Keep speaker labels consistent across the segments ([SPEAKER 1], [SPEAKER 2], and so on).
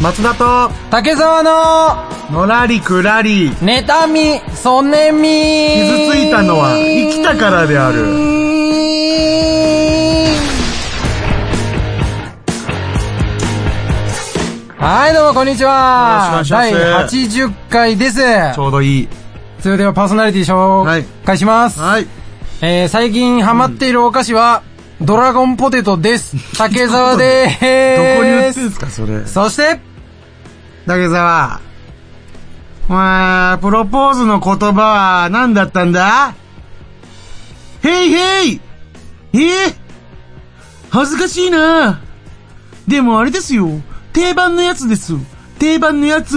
[SPEAKER 1] 松田と、
[SPEAKER 2] 竹沢の、
[SPEAKER 1] のらりくらり、
[SPEAKER 2] 妬み、そねみ。
[SPEAKER 1] 傷ついたのは生きたからである。
[SPEAKER 2] はい、どうも、こんにちは。
[SPEAKER 1] よろしくお願いします
[SPEAKER 2] 第80回です。
[SPEAKER 1] ちょうどいい。
[SPEAKER 2] それではパーソナリティ紹介します。
[SPEAKER 1] はい。
[SPEAKER 2] えー、最近ハマっているお菓子は、ドラゴンポテト です。竹沢で
[SPEAKER 1] どこに売
[SPEAKER 2] ー
[SPEAKER 1] って
[SPEAKER 2] す。
[SPEAKER 1] んすか、それ。
[SPEAKER 2] そして、
[SPEAKER 1] 竹沢。お前、プロポーズの言葉は何だったんだへいへいえー、恥ずかしいなでもあれですよ。定番のやつです。定番のやつ。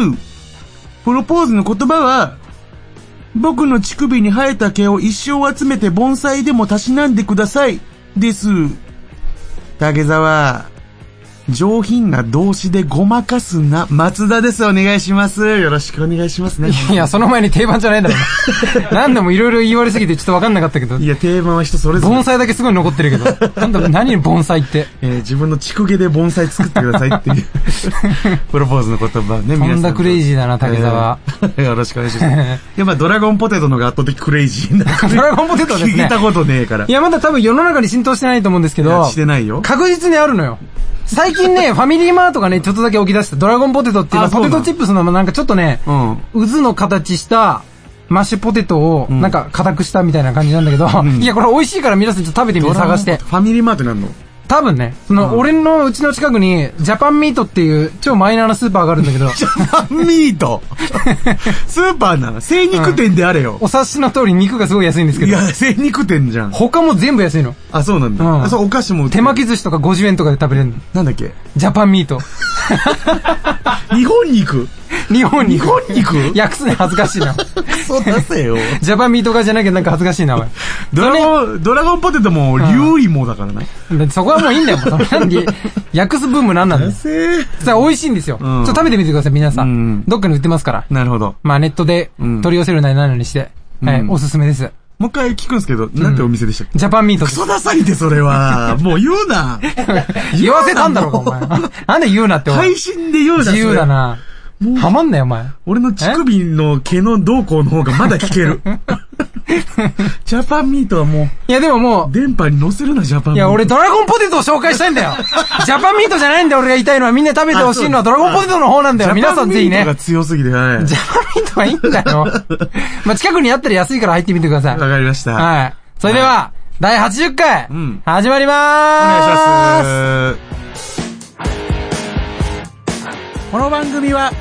[SPEAKER 1] プロポーズの言葉は、僕の乳首に生えた毛を一生集めて盆栽でもたしなんでください。です。竹沢。上品な動詞でごまかすな。松田です。お願いします。よろしくお願いしますね。
[SPEAKER 2] いや、その前に定番じ ゃないだろ。何度もいろいろ言われすぎてちょっとわかんなかったけど
[SPEAKER 1] い、や、定番は人それぞれ
[SPEAKER 2] 盆。栽だけすごい残ってるけど、なんだ何盆 栽って。
[SPEAKER 1] えー自分の畜毛で盆栽作ってくださいって いう、プロポーズの言葉ね、皆さ
[SPEAKER 2] とんだクレイジーだな竹澤。
[SPEAKER 1] えーよろしくお願い します。いや、まあ、ドラゴンポテトの方が圧倒的クレイジーな。
[SPEAKER 2] ドラゴンポテトはです
[SPEAKER 1] 聞
[SPEAKER 2] ね
[SPEAKER 1] いた。ことねえから。
[SPEAKER 2] いや、まだ多分世の中に浸透してないと思うんですけ
[SPEAKER 1] いや
[SPEAKER 2] ど、
[SPEAKER 1] してないよ。
[SPEAKER 2] 確実にあるのよ。最近 ね、ファミリーマートがね、ちょっとだけ置き出したドラゴンポテトっていうのは
[SPEAKER 1] あそう
[SPEAKER 2] ポ
[SPEAKER 1] な
[SPEAKER 2] テ
[SPEAKER 1] の
[SPEAKER 2] トチップスのなんかちょっとね、
[SPEAKER 1] うん。
[SPEAKER 2] 渦の形した、マッシュポテトを、
[SPEAKER 1] ん
[SPEAKER 2] なんか硬くしたみたいな感じなんだけど、いや、これ美味しいから皆さんちょっと食べてみて探して
[SPEAKER 1] ドラゴンポテト。ファミリーマートになるの
[SPEAKER 2] 多分ね、その、俺のうちの近くに、ジャパンミートっていう超マイナーなスーパーがあるんだけど、
[SPEAKER 1] ミート スーパーな。精肉店であれよ。
[SPEAKER 2] お察しの通り肉がすごい安いんですけ
[SPEAKER 1] い
[SPEAKER 2] ど、
[SPEAKER 1] や、精肉店じゃん。
[SPEAKER 2] 他も全部安いの。
[SPEAKER 1] あ、そうなんだ。
[SPEAKER 2] うん
[SPEAKER 1] あ、そう、お菓子も売って
[SPEAKER 2] 手
[SPEAKER 1] る
[SPEAKER 2] 巻き寿司とか50円とかで食べれるの。
[SPEAKER 1] なんだっけ
[SPEAKER 2] ジャパンミート。
[SPEAKER 1] 日本に行く
[SPEAKER 2] 日本に
[SPEAKER 1] 日本に行く
[SPEAKER 2] 訳すね、恥ずかしいな。
[SPEAKER 1] クソ出せよ。
[SPEAKER 2] ジャパンミート化じゃなきゃなんか恥ずかしいな、おい。
[SPEAKER 1] ドラゴン、ドラゴンポテトも、竜芋だからね。
[SPEAKER 2] でそこはもういいんだよ、もう。なんで、訳すブームなんなんだよ。
[SPEAKER 1] せー
[SPEAKER 2] さあ、美味しいんですよ。ち
[SPEAKER 1] う
[SPEAKER 2] ょ
[SPEAKER 1] ん
[SPEAKER 2] っと食べてみてください、皆さ
[SPEAKER 1] うん
[SPEAKER 2] ん。どっかに売ってますから。
[SPEAKER 1] なるほど。
[SPEAKER 2] まあ、ネットで
[SPEAKER 1] うん
[SPEAKER 2] 取り寄せるなり何なりして。はい、おすすめです。
[SPEAKER 1] もう一回聞くんですけど、なんてお店でしたっけ
[SPEAKER 2] ジャパンミートで
[SPEAKER 1] ク
[SPEAKER 2] す。
[SPEAKER 1] ソダサいって、それ は。もう言うな。
[SPEAKER 2] 言わせたんだろうか、お前。なんで言うなって、お前
[SPEAKER 1] 配。信で言うな。そ
[SPEAKER 2] 自
[SPEAKER 1] れ
[SPEAKER 2] 由だ。な。はまんなよ、お前。
[SPEAKER 1] 俺の乳首の毛の動向の方がまだ聞ける。 ジャパンミートはも
[SPEAKER 2] いや、でもも
[SPEAKER 1] う、
[SPEAKER 2] う、
[SPEAKER 1] 電波に乗せるな、ジャパン
[SPEAKER 2] い
[SPEAKER 1] ミート。
[SPEAKER 2] や、俺、ドラゴンポテトを紹介したいん だよ。ジャパンミートじゃないんだよ、俺が言いたいのは。みんな食べてほしいのはドラゴンポテトの方なんだよ。皆さんぜひ
[SPEAKER 1] ジャパンミートが。
[SPEAKER 2] ね
[SPEAKER 1] 強すぎて、はい。
[SPEAKER 2] ジャパンミートはいいんだよ。まあ、近くにあったら安いから入ってみてください。
[SPEAKER 1] わかりました。い。
[SPEAKER 2] はい。それでは、第80回、
[SPEAKER 1] ん
[SPEAKER 2] 始まりま
[SPEAKER 1] お願いし
[SPEAKER 2] ーす。
[SPEAKER 1] ます。
[SPEAKER 3] この番組は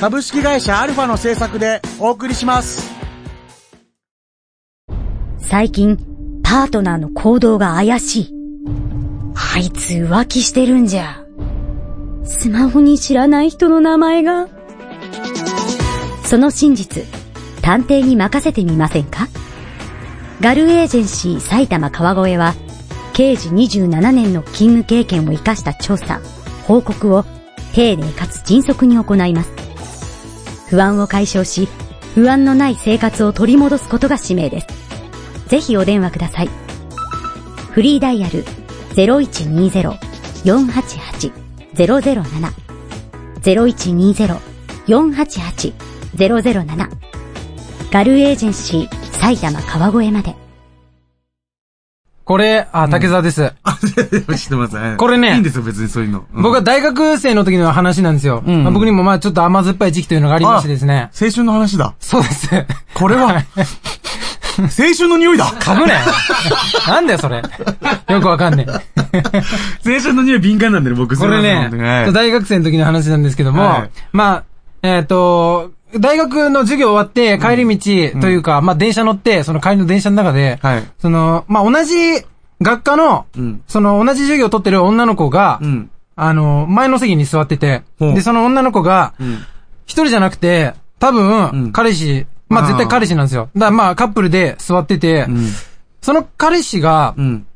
[SPEAKER 3] 株式会社アルファの制作でお送りします。
[SPEAKER 4] 最近、パートナーの行動が怪しい。あいつ浮気してるんじゃ。スマホに知らない人の名前が。その真実、探偵に任せてみませんかガルエージェンシー埼玉川越は、刑事27年の勤務経験を活かした調査、報告を丁寧かつ迅速に行います。不安を解消し、不安のない生活を取り戻すことが使命です。ぜひお電話ください。フリーダイヤル0120-488-007 0120-488-007ガルエージェンシー埼玉川越まで。
[SPEAKER 2] これ、あ、竹沢です。
[SPEAKER 1] 知ってます。はい
[SPEAKER 2] これね
[SPEAKER 1] いいんですよ、別にそういうの。うん
[SPEAKER 2] 僕は大学生の時の話なんですよ。
[SPEAKER 1] ん
[SPEAKER 2] まあ僕にもまあちょっと甘酸っぱい時期というのがありましてですね。
[SPEAKER 1] 青春の話だ。
[SPEAKER 2] そうです。
[SPEAKER 1] これは、青春の匂いだ
[SPEAKER 2] 嗅ぐなよ。なんだよ、それ。よくわかんねえ。
[SPEAKER 1] 青春の匂い敏感なんでね、僕。
[SPEAKER 2] これね
[SPEAKER 1] そうなん、で
[SPEAKER 2] 大学生の時の話なんですけども、
[SPEAKER 1] はい
[SPEAKER 2] まあ、えっ、と、大学の授業終わって帰り道というか、まあ電車乗って、その帰りの電車の中で、
[SPEAKER 1] はい
[SPEAKER 2] その、まあ同じ学科の、
[SPEAKER 1] ん
[SPEAKER 2] その同じ授業を取ってる女の子が、
[SPEAKER 1] うん
[SPEAKER 2] あの、前の席に座ってて、
[SPEAKER 1] ほう
[SPEAKER 2] で、その女の子が、一人じゃなくて、多分、
[SPEAKER 1] うん
[SPEAKER 2] 彼氏、まあ絶対彼氏なんですよ。だからまあカップルで座ってて、
[SPEAKER 1] ん
[SPEAKER 2] その彼氏が、
[SPEAKER 1] うん。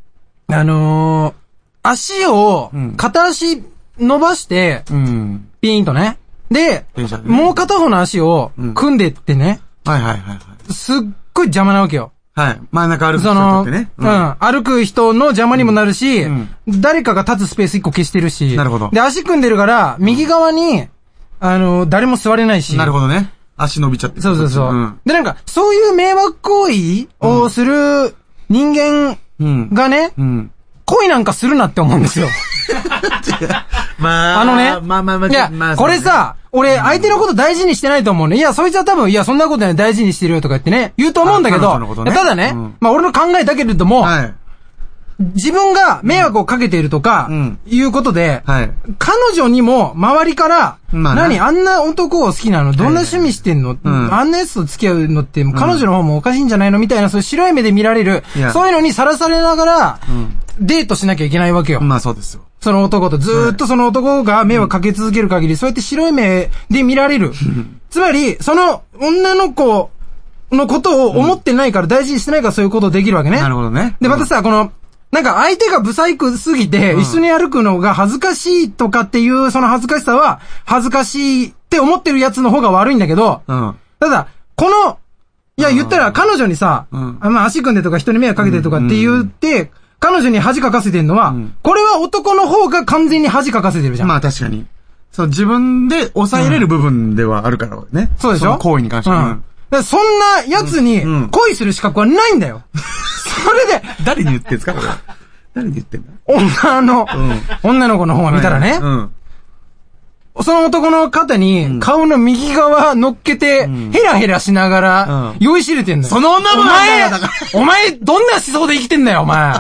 [SPEAKER 2] あのー、足を
[SPEAKER 1] ん、
[SPEAKER 2] 片足伸ばして、
[SPEAKER 1] うん。
[SPEAKER 2] ピーンとね。で
[SPEAKER 1] 電車、でね
[SPEAKER 2] もう片方の足を
[SPEAKER 1] ん
[SPEAKER 2] 組んでってね、
[SPEAKER 1] はいはいはい
[SPEAKER 2] すっごい邪魔なわけよ。
[SPEAKER 1] はい。はい。真ん中歩く人
[SPEAKER 2] そ
[SPEAKER 1] だっ
[SPEAKER 2] の、
[SPEAKER 1] て
[SPEAKER 2] う
[SPEAKER 1] ね
[SPEAKER 2] ん。、
[SPEAKER 1] は
[SPEAKER 2] 歩く人の邪魔にもなるし
[SPEAKER 1] うん、
[SPEAKER 2] 誰かが立つスペース一個消してるし、
[SPEAKER 1] なるほど
[SPEAKER 2] で、足組んでるから、右側に、あの、誰も座れないし。
[SPEAKER 1] なるほどね。足伸びちゃってる
[SPEAKER 2] そうそうそう。
[SPEAKER 1] ん。
[SPEAKER 2] で、なんか、そういう迷惑行為をする人間
[SPEAKER 1] うん。
[SPEAKER 2] がね、
[SPEAKER 1] うん。
[SPEAKER 2] 恋なんかするなって思うんですよ。
[SPEAKER 1] ま
[SPEAKER 2] あのね。
[SPEAKER 1] まあまあまあ、
[SPEAKER 2] いや、
[SPEAKER 1] まあ
[SPEAKER 2] これ、さ、俺、相手のこと大事にしてないと思うね。いや、そいつは多分、いや、そんなことない、大事にしてるよとか言ってね、言うと思うんだけ
[SPEAKER 1] あ
[SPEAKER 2] ど、
[SPEAKER 1] 彼女のことね
[SPEAKER 2] いやただね、
[SPEAKER 1] うん
[SPEAKER 2] まあ、俺の考えだけれども、
[SPEAKER 1] そうねはい。
[SPEAKER 2] 自分が迷惑をかけているとか、
[SPEAKER 1] うん
[SPEAKER 2] いうことで、
[SPEAKER 1] はい。
[SPEAKER 2] 彼女にも、周りから、
[SPEAKER 1] まあね
[SPEAKER 2] 何、あんな男を好きなのどんな趣味してんの、
[SPEAKER 1] うん
[SPEAKER 2] あんなやつと付き合うのって、彼女の方もおかしいんじゃないのみたいな、そういう白い目で見られる
[SPEAKER 1] いや、
[SPEAKER 2] そういうのにさらされながら、デートしなきゃいけないわけよ。
[SPEAKER 1] まあそうですよ。
[SPEAKER 2] その男と、ずーっとその男が目をかけ続ける限り、そうやって白い目で見られる。つまり、その女の子のことを思ってないから、大事にしてないからそういうことできるわけね。
[SPEAKER 1] なるほどね。
[SPEAKER 2] で、またさ、この、なんか相手が不細工すぎて、一緒に歩くのが恥ずかしいとかっていう、その恥ずかしさは、恥ずかしいって思ってるやつの方が悪いんだけど、
[SPEAKER 1] うん。うん。
[SPEAKER 2] ただ、この、いや、言ったら彼女にさ、
[SPEAKER 1] うん
[SPEAKER 2] あまあ、足組んでとか人に迷惑かけてとかって言って、彼女に恥かかせてんのは、これは男の方が完全に恥かかせてるじゃん。
[SPEAKER 1] まあ確かに。そう、自分で抑えれる部分ではあるからね。
[SPEAKER 2] そうでし
[SPEAKER 1] そ
[SPEAKER 2] ょ
[SPEAKER 1] の行為に関しては。
[SPEAKER 2] うん。だからそんな奴
[SPEAKER 1] うんう
[SPEAKER 2] に
[SPEAKER 1] ん
[SPEAKER 2] 恋する資格はないん だよ。それで、
[SPEAKER 1] 誰に言ってんすかこれ。誰に言ってんだ
[SPEAKER 2] 女の、女の子の方を見たらね、
[SPEAKER 1] うん。
[SPEAKER 2] その男の肩に、顔の右側乗っけて、ヘラヘラしなが
[SPEAKER 1] う
[SPEAKER 2] ら
[SPEAKER 1] ん、
[SPEAKER 2] 酔いしれてんだよ。
[SPEAKER 1] その女も
[SPEAKER 2] お前
[SPEAKER 1] 女だから、
[SPEAKER 2] お前、どんな思想で生きてんだよ、お前。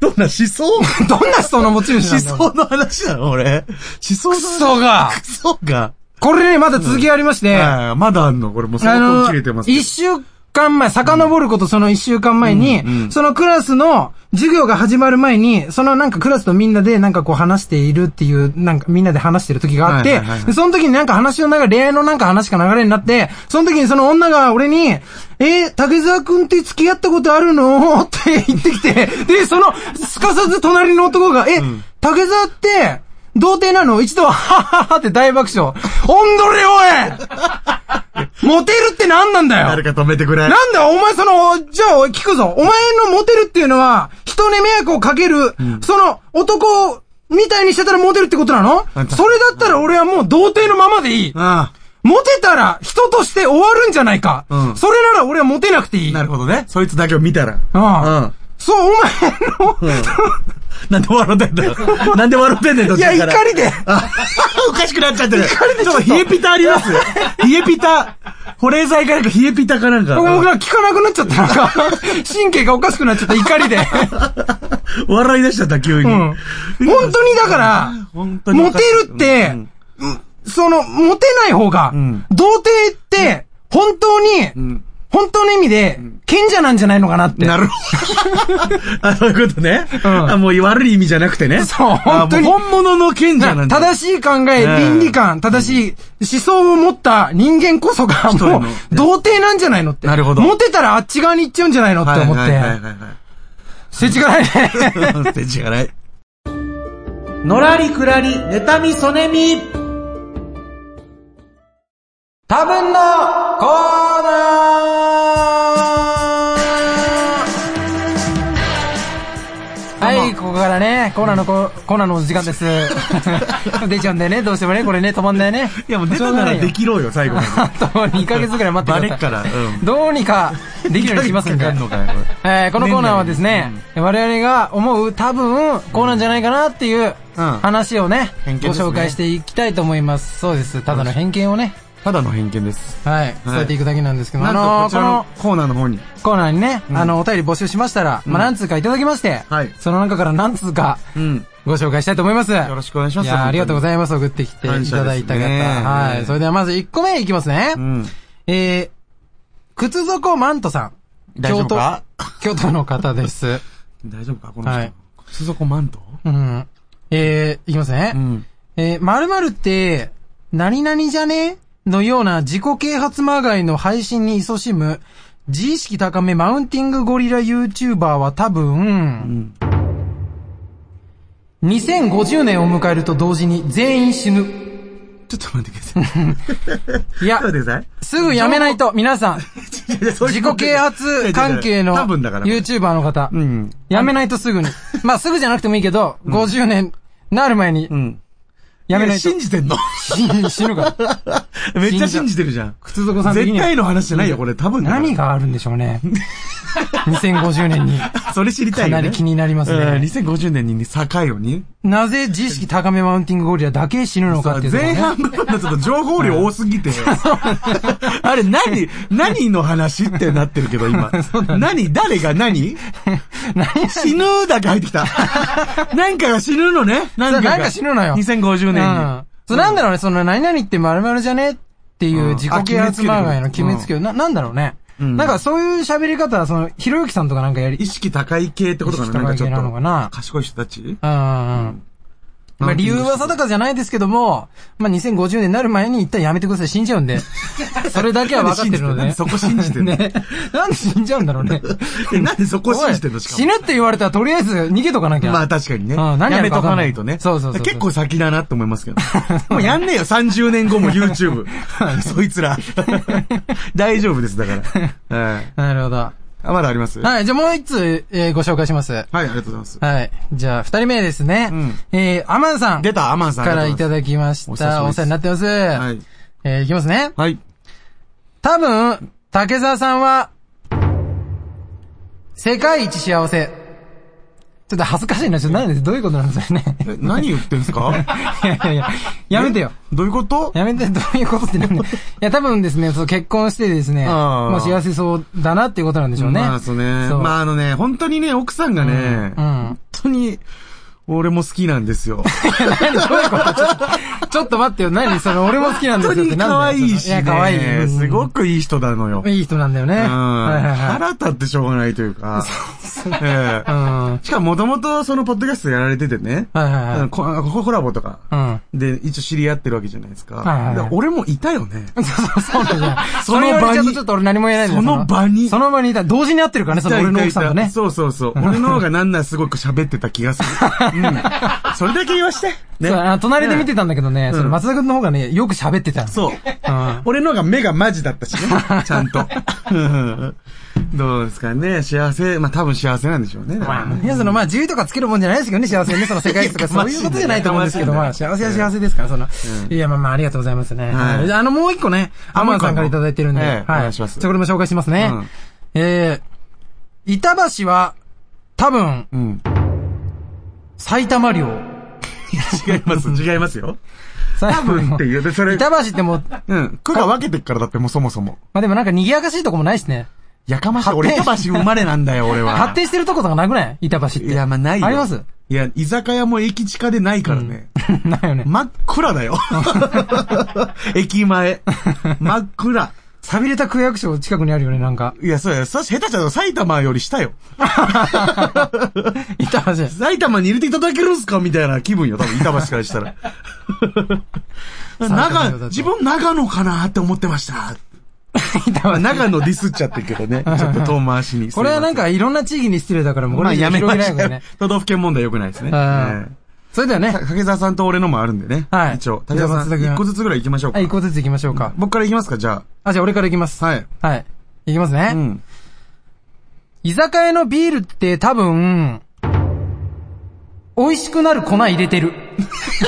[SPEAKER 1] どんな思想
[SPEAKER 2] どんな思想の持ち主なん
[SPEAKER 1] 思
[SPEAKER 2] だよ。
[SPEAKER 1] 想の話なの俺。思想
[SPEAKER 2] クソ
[SPEAKER 1] が。
[SPEAKER 2] が。
[SPEAKER 1] クソが。
[SPEAKER 2] これね、まだ続きありまして、あ
[SPEAKER 1] はいまだあんのこれもう相当
[SPEAKER 2] の
[SPEAKER 1] 切れてま、すけど。
[SPEAKER 2] 一週間前、遡ることその一週間前に
[SPEAKER 1] うんう、ん
[SPEAKER 2] そのクラスの授業が始まる前に、そのなんかクラスとみんなでなんかこう話しているっていう、なんかみんなで話してる時があっ
[SPEAKER 1] はい
[SPEAKER 2] て
[SPEAKER 1] はいはいはい、
[SPEAKER 2] でその時になんか話の中、恋愛のなんか話が流れになって、その時にその女が俺に、えー、竹沢くんって付き合ったことあるのって言ってきて、で、その、すかさず隣の男が、え、竹沢って、童貞なの一度は、はははって大爆笑。おんどれおいモテるって何なんだよ
[SPEAKER 1] 誰か止めてくれ。
[SPEAKER 2] なんだお前その、じゃあ聞くぞ。お前のモテるっていうのは、人に迷惑をかける、その男をみたいにしてたらモテるってことなの
[SPEAKER 1] あんた
[SPEAKER 2] それだったら俺はもう童貞のままでいい。
[SPEAKER 1] あ
[SPEAKER 2] モテたら人として終わるんじゃないか。
[SPEAKER 1] うん
[SPEAKER 2] それなら俺はモテなくていい。
[SPEAKER 1] あ。なるほどね。そいつだけを見たら。
[SPEAKER 2] ああ
[SPEAKER 1] うん。
[SPEAKER 2] そう、お前の、
[SPEAKER 1] なんで笑ってん だよ。なんで笑ってんだよ、
[SPEAKER 2] いや、
[SPEAKER 1] 途中から
[SPEAKER 2] 怒りで。
[SPEAKER 1] あ おかしくなっちゃってる。ちょっと冷えピタあり ます冷えピタ。保冷剤かなんか冷えピタかなんか。
[SPEAKER 2] 僕も聞かなくなっちゃった。なんか、神経がおかしくなっちゃった、怒りで。
[SPEAKER 1] 笑い出しちゃった、急に。
[SPEAKER 2] うん。本当にだから、
[SPEAKER 1] 本当にお
[SPEAKER 2] モ
[SPEAKER 1] か
[SPEAKER 2] テ
[SPEAKER 1] しい。
[SPEAKER 2] るって、
[SPEAKER 1] うん
[SPEAKER 2] その、モテない方が、
[SPEAKER 1] ん
[SPEAKER 2] 童貞って、本当に、
[SPEAKER 1] ん
[SPEAKER 2] 本当の意味で、賢者なんじゃないのかなって。
[SPEAKER 1] なるほど。 あ、そういうことね。
[SPEAKER 2] ん
[SPEAKER 1] あ、もう悪い意味じゃなくてね。
[SPEAKER 2] そう
[SPEAKER 1] あ
[SPEAKER 2] 本当に
[SPEAKER 1] もう本物の賢者なんだ。
[SPEAKER 2] 正しい考え、
[SPEAKER 1] ねえ
[SPEAKER 2] 倫理観、正しい思想を持った人間こ そが、
[SPEAKER 1] 人の
[SPEAKER 2] も
[SPEAKER 1] ね
[SPEAKER 2] う、童貞なんじゃないのって。
[SPEAKER 1] なるほど
[SPEAKER 2] モテたらあっち側に行っちゃうんじゃないのって思
[SPEAKER 1] はい はいはい
[SPEAKER 2] って。せちがないね。
[SPEAKER 1] はいはい。手違が ない。
[SPEAKER 3] のらりくらり、妬みそねみ。
[SPEAKER 2] 多分のコーナーはい、ここからね、コーナーのコ、コーナーのお時 間です。出ちゃうんだよね、どうしてもね、これね、止まんだよね。
[SPEAKER 1] いや、もう出たならできろよ、最後まで。
[SPEAKER 2] あと2ヶ月ぐらい待ってくださ
[SPEAKER 1] バ
[SPEAKER 2] い。
[SPEAKER 1] レっからうん
[SPEAKER 2] どうにかできるようにしますんで。
[SPEAKER 1] かかんのかよこれ
[SPEAKER 2] えーこのコーナーはですね、我々が思う多分、こうなんじゃないかなっていう
[SPEAKER 1] うん
[SPEAKER 2] 話をね、
[SPEAKER 1] 偏見
[SPEAKER 2] ご
[SPEAKER 1] ですね
[SPEAKER 2] 紹介していきたいと思います。そうです。ただの偏見をね、
[SPEAKER 1] ただの偏見です。
[SPEAKER 2] はい、伝えていくだけなんですけども、
[SPEAKER 1] なん
[SPEAKER 2] あ
[SPEAKER 1] と
[SPEAKER 2] の
[SPEAKER 1] こちら
[SPEAKER 2] ー
[SPEAKER 1] のコーナーの方に。
[SPEAKER 2] このコーナーにね、あの、お便り募集しましたら、まあ、何通かいただきまして、
[SPEAKER 1] はい
[SPEAKER 2] その中から何通か、
[SPEAKER 1] うん。
[SPEAKER 2] ご紹介したいと思います。
[SPEAKER 1] よろしくお願いします
[SPEAKER 2] いやーありがとうございます。送ってきてい
[SPEAKER 1] 感謝
[SPEAKER 2] ただいた方。
[SPEAKER 1] ですね
[SPEAKER 2] は
[SPEAKER 1] う
[SPEAKER 2] い。
[SPEAKER 1] ん
[SPEAKER 2] それではまず1個目いきますね。
[SPEAKER 1] うん。
[SPEAKER 2] えー、靴底マントさん。
[SPEAKER 1] 大丈夫か
[SPEAKER 2] 京都、京都の方です。
[SPEAKER 1] 大丈夫かこの
[SPEAKER 2] は
[SPEAKER 1] 人
[SPEAKER 2] い。
[SPEAKER 1] 靴底マント
[SPEAKER 2] うん。えー、いきますね。
[SPEAKER 1] ん。
[SPEAKER 2] えー、〇〇って、何々じゃねのような自己啓発まがいの配信に勤しむ、自意識高めマウンティングゴリラ YouTuber は多分、2050年を迎えると同時に全員死ぬ。
[SPEAKER 1] ちょっと待ってください。ち
[SPEAKER 2] いや
[SPEAKER 1] ょっ、と待ってください。
[SPEAKER 2] すぐやめないと、皆さん、自己啓発関係の
[SPEAKER 1] 多分だから。
[SPEAKER 2] YouTuber の方
[SPEAKER 1] う、ん。
[SPEAKER 2] やめないとすぐに。まあすぐじゃなくてもいいけど、50年なる前に
[SPEAKER 1] う、ん。
[SPEAKER 2] やめないと
[SPEAKER 1] 信。じてんの
[SPEAKER 2] 死死ぬから。
[SPEAKER 1] めっちゃ信じてるじゃん。
[SPEAKER 2] 靴底さん的
[SPEAKER 1] 絶
[SPEAKER 2] には
[SPEAKER 1] 対の話じゃないよ、これ。多分。
[SPEAKER 2] 何があるんでしょう ね。2050年に。
[SPEAKER 1] それ知りたいよ、ね。
[SPEAKER 2] かなり気になりますね
[SPEAKER 1] うん2050年にね境をに。
[SPEAKER 2] なぜ自意識高めマウンティングゴリラだけ死ぬのかっていうところ
[SPEAKER 1] 前
[SPEAKER 2] ね
[SPEAKER 1] 半部分がちょっと情報量多す ぎて。あれ、 何、何の話ってなってるけど、今。何誰が 何死ぬだけ入ってきた。なんかが死ぬのね。なんかが
[SPEAKER 2] なんか死ぬのよ
[SPEAKER 1] 2050年に。
[SPEAKER 2] うん。そう、なんだろうね、その、何々って〇〇じゃねっていう
[SPEAKER 1] うん
[SPEAKER 2] 自己啓発漫画への決めつけを、な、なんだろうね。
[SPEAKER 1] ん
[SPEAKER 2] なんかそういう喋り方は、その、ひろゆきさんとかなんかやり、
[SPEAKER 1] 意識高い系ってことかななんか
[SPEAKER 2] 意
[SPEAKER 1] ちょ
[SPEAKER 2] 識高い系
[SPEAKER 1] っ
[SPEAKER 2] なのかな
[SPEAKER 1] と。賢い人たち
[SPEAKER 2] うんうんうん。まあ理由は定かじゃないですけども、まあ2050年になる前に一旦やめてください。死んじゃうん で。それだけは分かってるの
[SPEAKER 1] なん
[SPEAKER 2] で。
[SPEAKER 1] で信じてんのなんでそこ信じてんの
[SPEAKER 2] ね。なんで死んじゃうんだろうね。
[SPEAKER 1] えなんでそこ信じてんのしかも
[SPEAKER 2] 死ぬって言われたらとりあえず逃げとかなきゃ。
[SPEAKER 1] まあ確かにね。
[SPEAKER 2] うん何
[SPEAKER 1] や
[SPEAKER 2] や
[SPEAKER 1] め
[SPEAKER 2] る
[SPEAKER 1] と
[SPEAKER 2] か
[SPEAKER 1] か
[SPEAKER 2] 分か
[SPEAKER 1] な
[SPEAKER 2] んない
[SPEAKER 1] いとね。
[SPEAKER 2] そうそうそうそう
[SPEAKER 1] 結構先だなって思いますけど。もうやんねえよ、30年後も YouTube。そいつら。大丈夫です、だ から。はい
[SPEAKER 2] なるほど。
[SPEAKER 1] あまだありますはい、
[SPEAKER 2] はい、じゃあもう一つ、えーご紹介します。
[SPEAKER 1] ありがとうございます。
[SPEAKER 2] はい。じゃあ、二人目ですね。
[SPEAKER 1] うん
[SPEAKER 2] えー、アマンさん。
[SPEAKER 1] 出た、アマンさん。
[SPEAKER 2] からいた
[SPEAKER 1] だ
[SPEAKER 2] だきまし
[SPEAKER 1] お久しぶりで
[SPEAKER 2] た。
[SPEAKER 1] す
[SPEAKER 2] お世話になってます。
[SPEAKER 1] はい。
[SPEAKER 2] えー、いきますね。
[SPEAKER 1] はい。
[SPEAKER 2] 多分、竹澤さんは、世界一幸せ。ちょっと恥ずかしいな。ちょっと何ですどういうことなんで すかね。
[SPEAKER 1] え何言ってんすか
[SPEAKER 2] いやいやいや、 やめてよ。
[SPEAKER 1] どういうこと
[SPEAKER 2] やめて、どういうことってなんだいや、多分ですね、そう結婚してですね、
[SPEAKER 1] あー
[SPEAKER 2] もう幸せそうだなっていうことなんでしょうね。
[SPEAKER 1] まあ、そうね。
[SPEAKER 2] そう
[SPEAKER 1] まあ、あのね、本当にね、奥さんがね、
[SPEAKER 2] うんうん
[SPEAKER 1] 本当に、俺も好きなんですよ。
[SPEAKER 2] 何どういうことちょっと、 ちょっと待ってよ。何 その、俺も好きなんで
[SPEAKER 1] 本当
[SPEAKER 2] すよって
[SPEAKER 1] に
[SPEAKER 2] なんだよ。
[SPEAKER 1] 可愛いし、
[SPEAKER 2] その
[SPEAKER 1] ね。
[SPEAKER 2] いや、可愛い。うん
[SPEAKER 1] すごくいい人なのよ。
[SPEAKER 2] いい人なんだよね。
[SPEAKER 1] うん
[SPEAKER 2] はいはいは
[SPEAKER 1] 腹立ってしょうがないというか。ええ
[SPEAKER 2] い。うん。
[SPEAKER 1] しかももともとそのポッドキャストやられててね。
[SPEAKER 2] はいはいはい
[SPEAKER 1] こここコラボとか。
[SPEAKER 2] うん。
[SPEAKER 1] で、一応知り合ってるわけじゃないですか。
[SPEAKER 2] はいはいはい
[SPEAKER 1] だから俺もいたよね。
[SPEAKER 2] そうそうそうなんだ。
[SPEAKER 1] その場に
[SPEAKER 2] それ言われちゃうとちょっと俺何も言えないんだよ
[SPEAKER 1] その場に
[SPEAKER 2] その場にいた。同時に会ってるからね、その俺の奥さんと
[SPEAKER 1] いたい
[SPEAKER 2] ね
[SPEAKER 1] た。そうそうそう。俺の方がなんならすごく喋ってた気 がする。うん。それだけ言わして。ね
[SPEAKER 2] そう。あ隣で見てたんだけどね、
[SPEAKER 1] ん
[SPEAKER 2] その松田君の方がね、よく喋ってたの。
[SPEAKER 1] そう。
[SPEAKER 2] うん。
[SPEAKER 1] 俺の方が目がマジだったし ね。ちゃんと。 うんどうですかね。幸せ。まあ多分幸せなんでしょうね。
[SPEAKER 2] いや、その、まあ、自由とかつけるもんじゃないですけどね、幸せね、その世界一と か、そういうことじゃないと思うんですけ
[SPEAKER 1] や
[SPEAKER 2] ど、
[SPEAKER 1] か
[SPEAKER 2] ま
[SPEAKER 1] ま
[SPEAKER 2] あ、
[SPEAKER 1] しいね
[SPEAKER 2] 幸せは幸せですから、その、いや、まあまあ、ありがとうございますね。
[SPEAKER 1] はい
[SPEAKER 2] はいあの、もう一個ね、
[SPEAKER 1] あ
[SPEAKER 2] アマンさんからいただいてるんで、
[SPEAKER 1] もう一個ええ
[SPEAKER 2] は
[SPEAKER 1] お願いします
[SPEAKER 2] じゃあこれも紹介しますね。
[SPEAKER 1] うん
[SPEAKER 2] えー、板橋は、多分、
[SPEAKER 1] うん。
[SPEAKER 2] 埼玉領。
[SPEAKER 1] 違います。違いますよ。
[SPEAKER 2] 多
[SPEAKER 1] 分っていうでそれ
[SPEAKER 2] 板橋ってもう、
[SPEAKER 1] うん。区が分けてっからだってもうそもそも。
[SPEAKER 2] まあでもなんか賑やかしいとこもないしね。
[SPEAKER 1] やかましい。俺、板橋生まれなんだ よ、俺は。
[SPEAKER 2] 発展してるとことかなくない板橋って。
[SPEAKER 1] いや、まあ、ないよ。
[SPEAKER 2] あります
[SPEAKER 1] いや、居酒屋も駅地下でないからね。
[SPEAKER 2] ないよね。
[SPEAKER 1] 真っ暗だ よ。駅前。真っ暗。
[SPEAKER 2] 寂れた区役所近くにあるよね、なんか。
[SPEAKER 1] いや、そうや。そし下手ちゃうと埼玉より下よ。
[SPEAKER 2] 板橋。
[SPEAKER 1] 埼玉に入れていただけるんすかみたいな気分よ。多分、板橋からした ら。
[SPEAKER 2] だ
[SPEAKER 1] 長
[SPEAKER 2] と、
[SPEAKER 1] 自分長野かなって思ってま した。
[SPEAKER 2] 板
[SPEAKER 1] まあ
[SPEAKER 2] 橋。
[SPEAKER 1] 長野ディスっちゃってるけどね。ちょっと遠回 しに。
[SPEAKER 2] これはなんかいろんな地域に失礼だから、もうこ
[SPEAKER 1] まあ
[SPEAKER 2] れ以上
[SPEAKER 1] やめま
[SPEAKER 2] 広げ
[SPEAKER 1] し
[SPEAKER 2] ない方が
[SPEAKER 1] ょ
[SPEAKER 2] いういね。。
[SPEAKER 1] 都道府県問題良くないですね。
[SPEAKER 2] うん
[SPEAKER 1] ええ
[SPEAKER 2] それではね
[SPEAKER 1] た、竹沢さんと俺のもあるんでね。
[SPEAKER 2] はい
[SPEAKER 1] 一応。竹沢さん、
[SPEAKER 2] じゃあ松田君
[SPEAKER 1] 一個ずつぐらい行きましょうか。
[SPEAKER 2] はい、一個ずつ行きましょうか。
[SPEAKER 1] 僕から行きますか、じゃ
[SPEAKER 2] あ、じゃあ俺から行きます。
[SPEAKER 1] あ。はい。
[SPEAKER 2] はい。行きますね。
[SPEAKER 1] うん。
[SPEAKER 2] 居酒屋のビールって多分、美味しくなる粉入 れてる。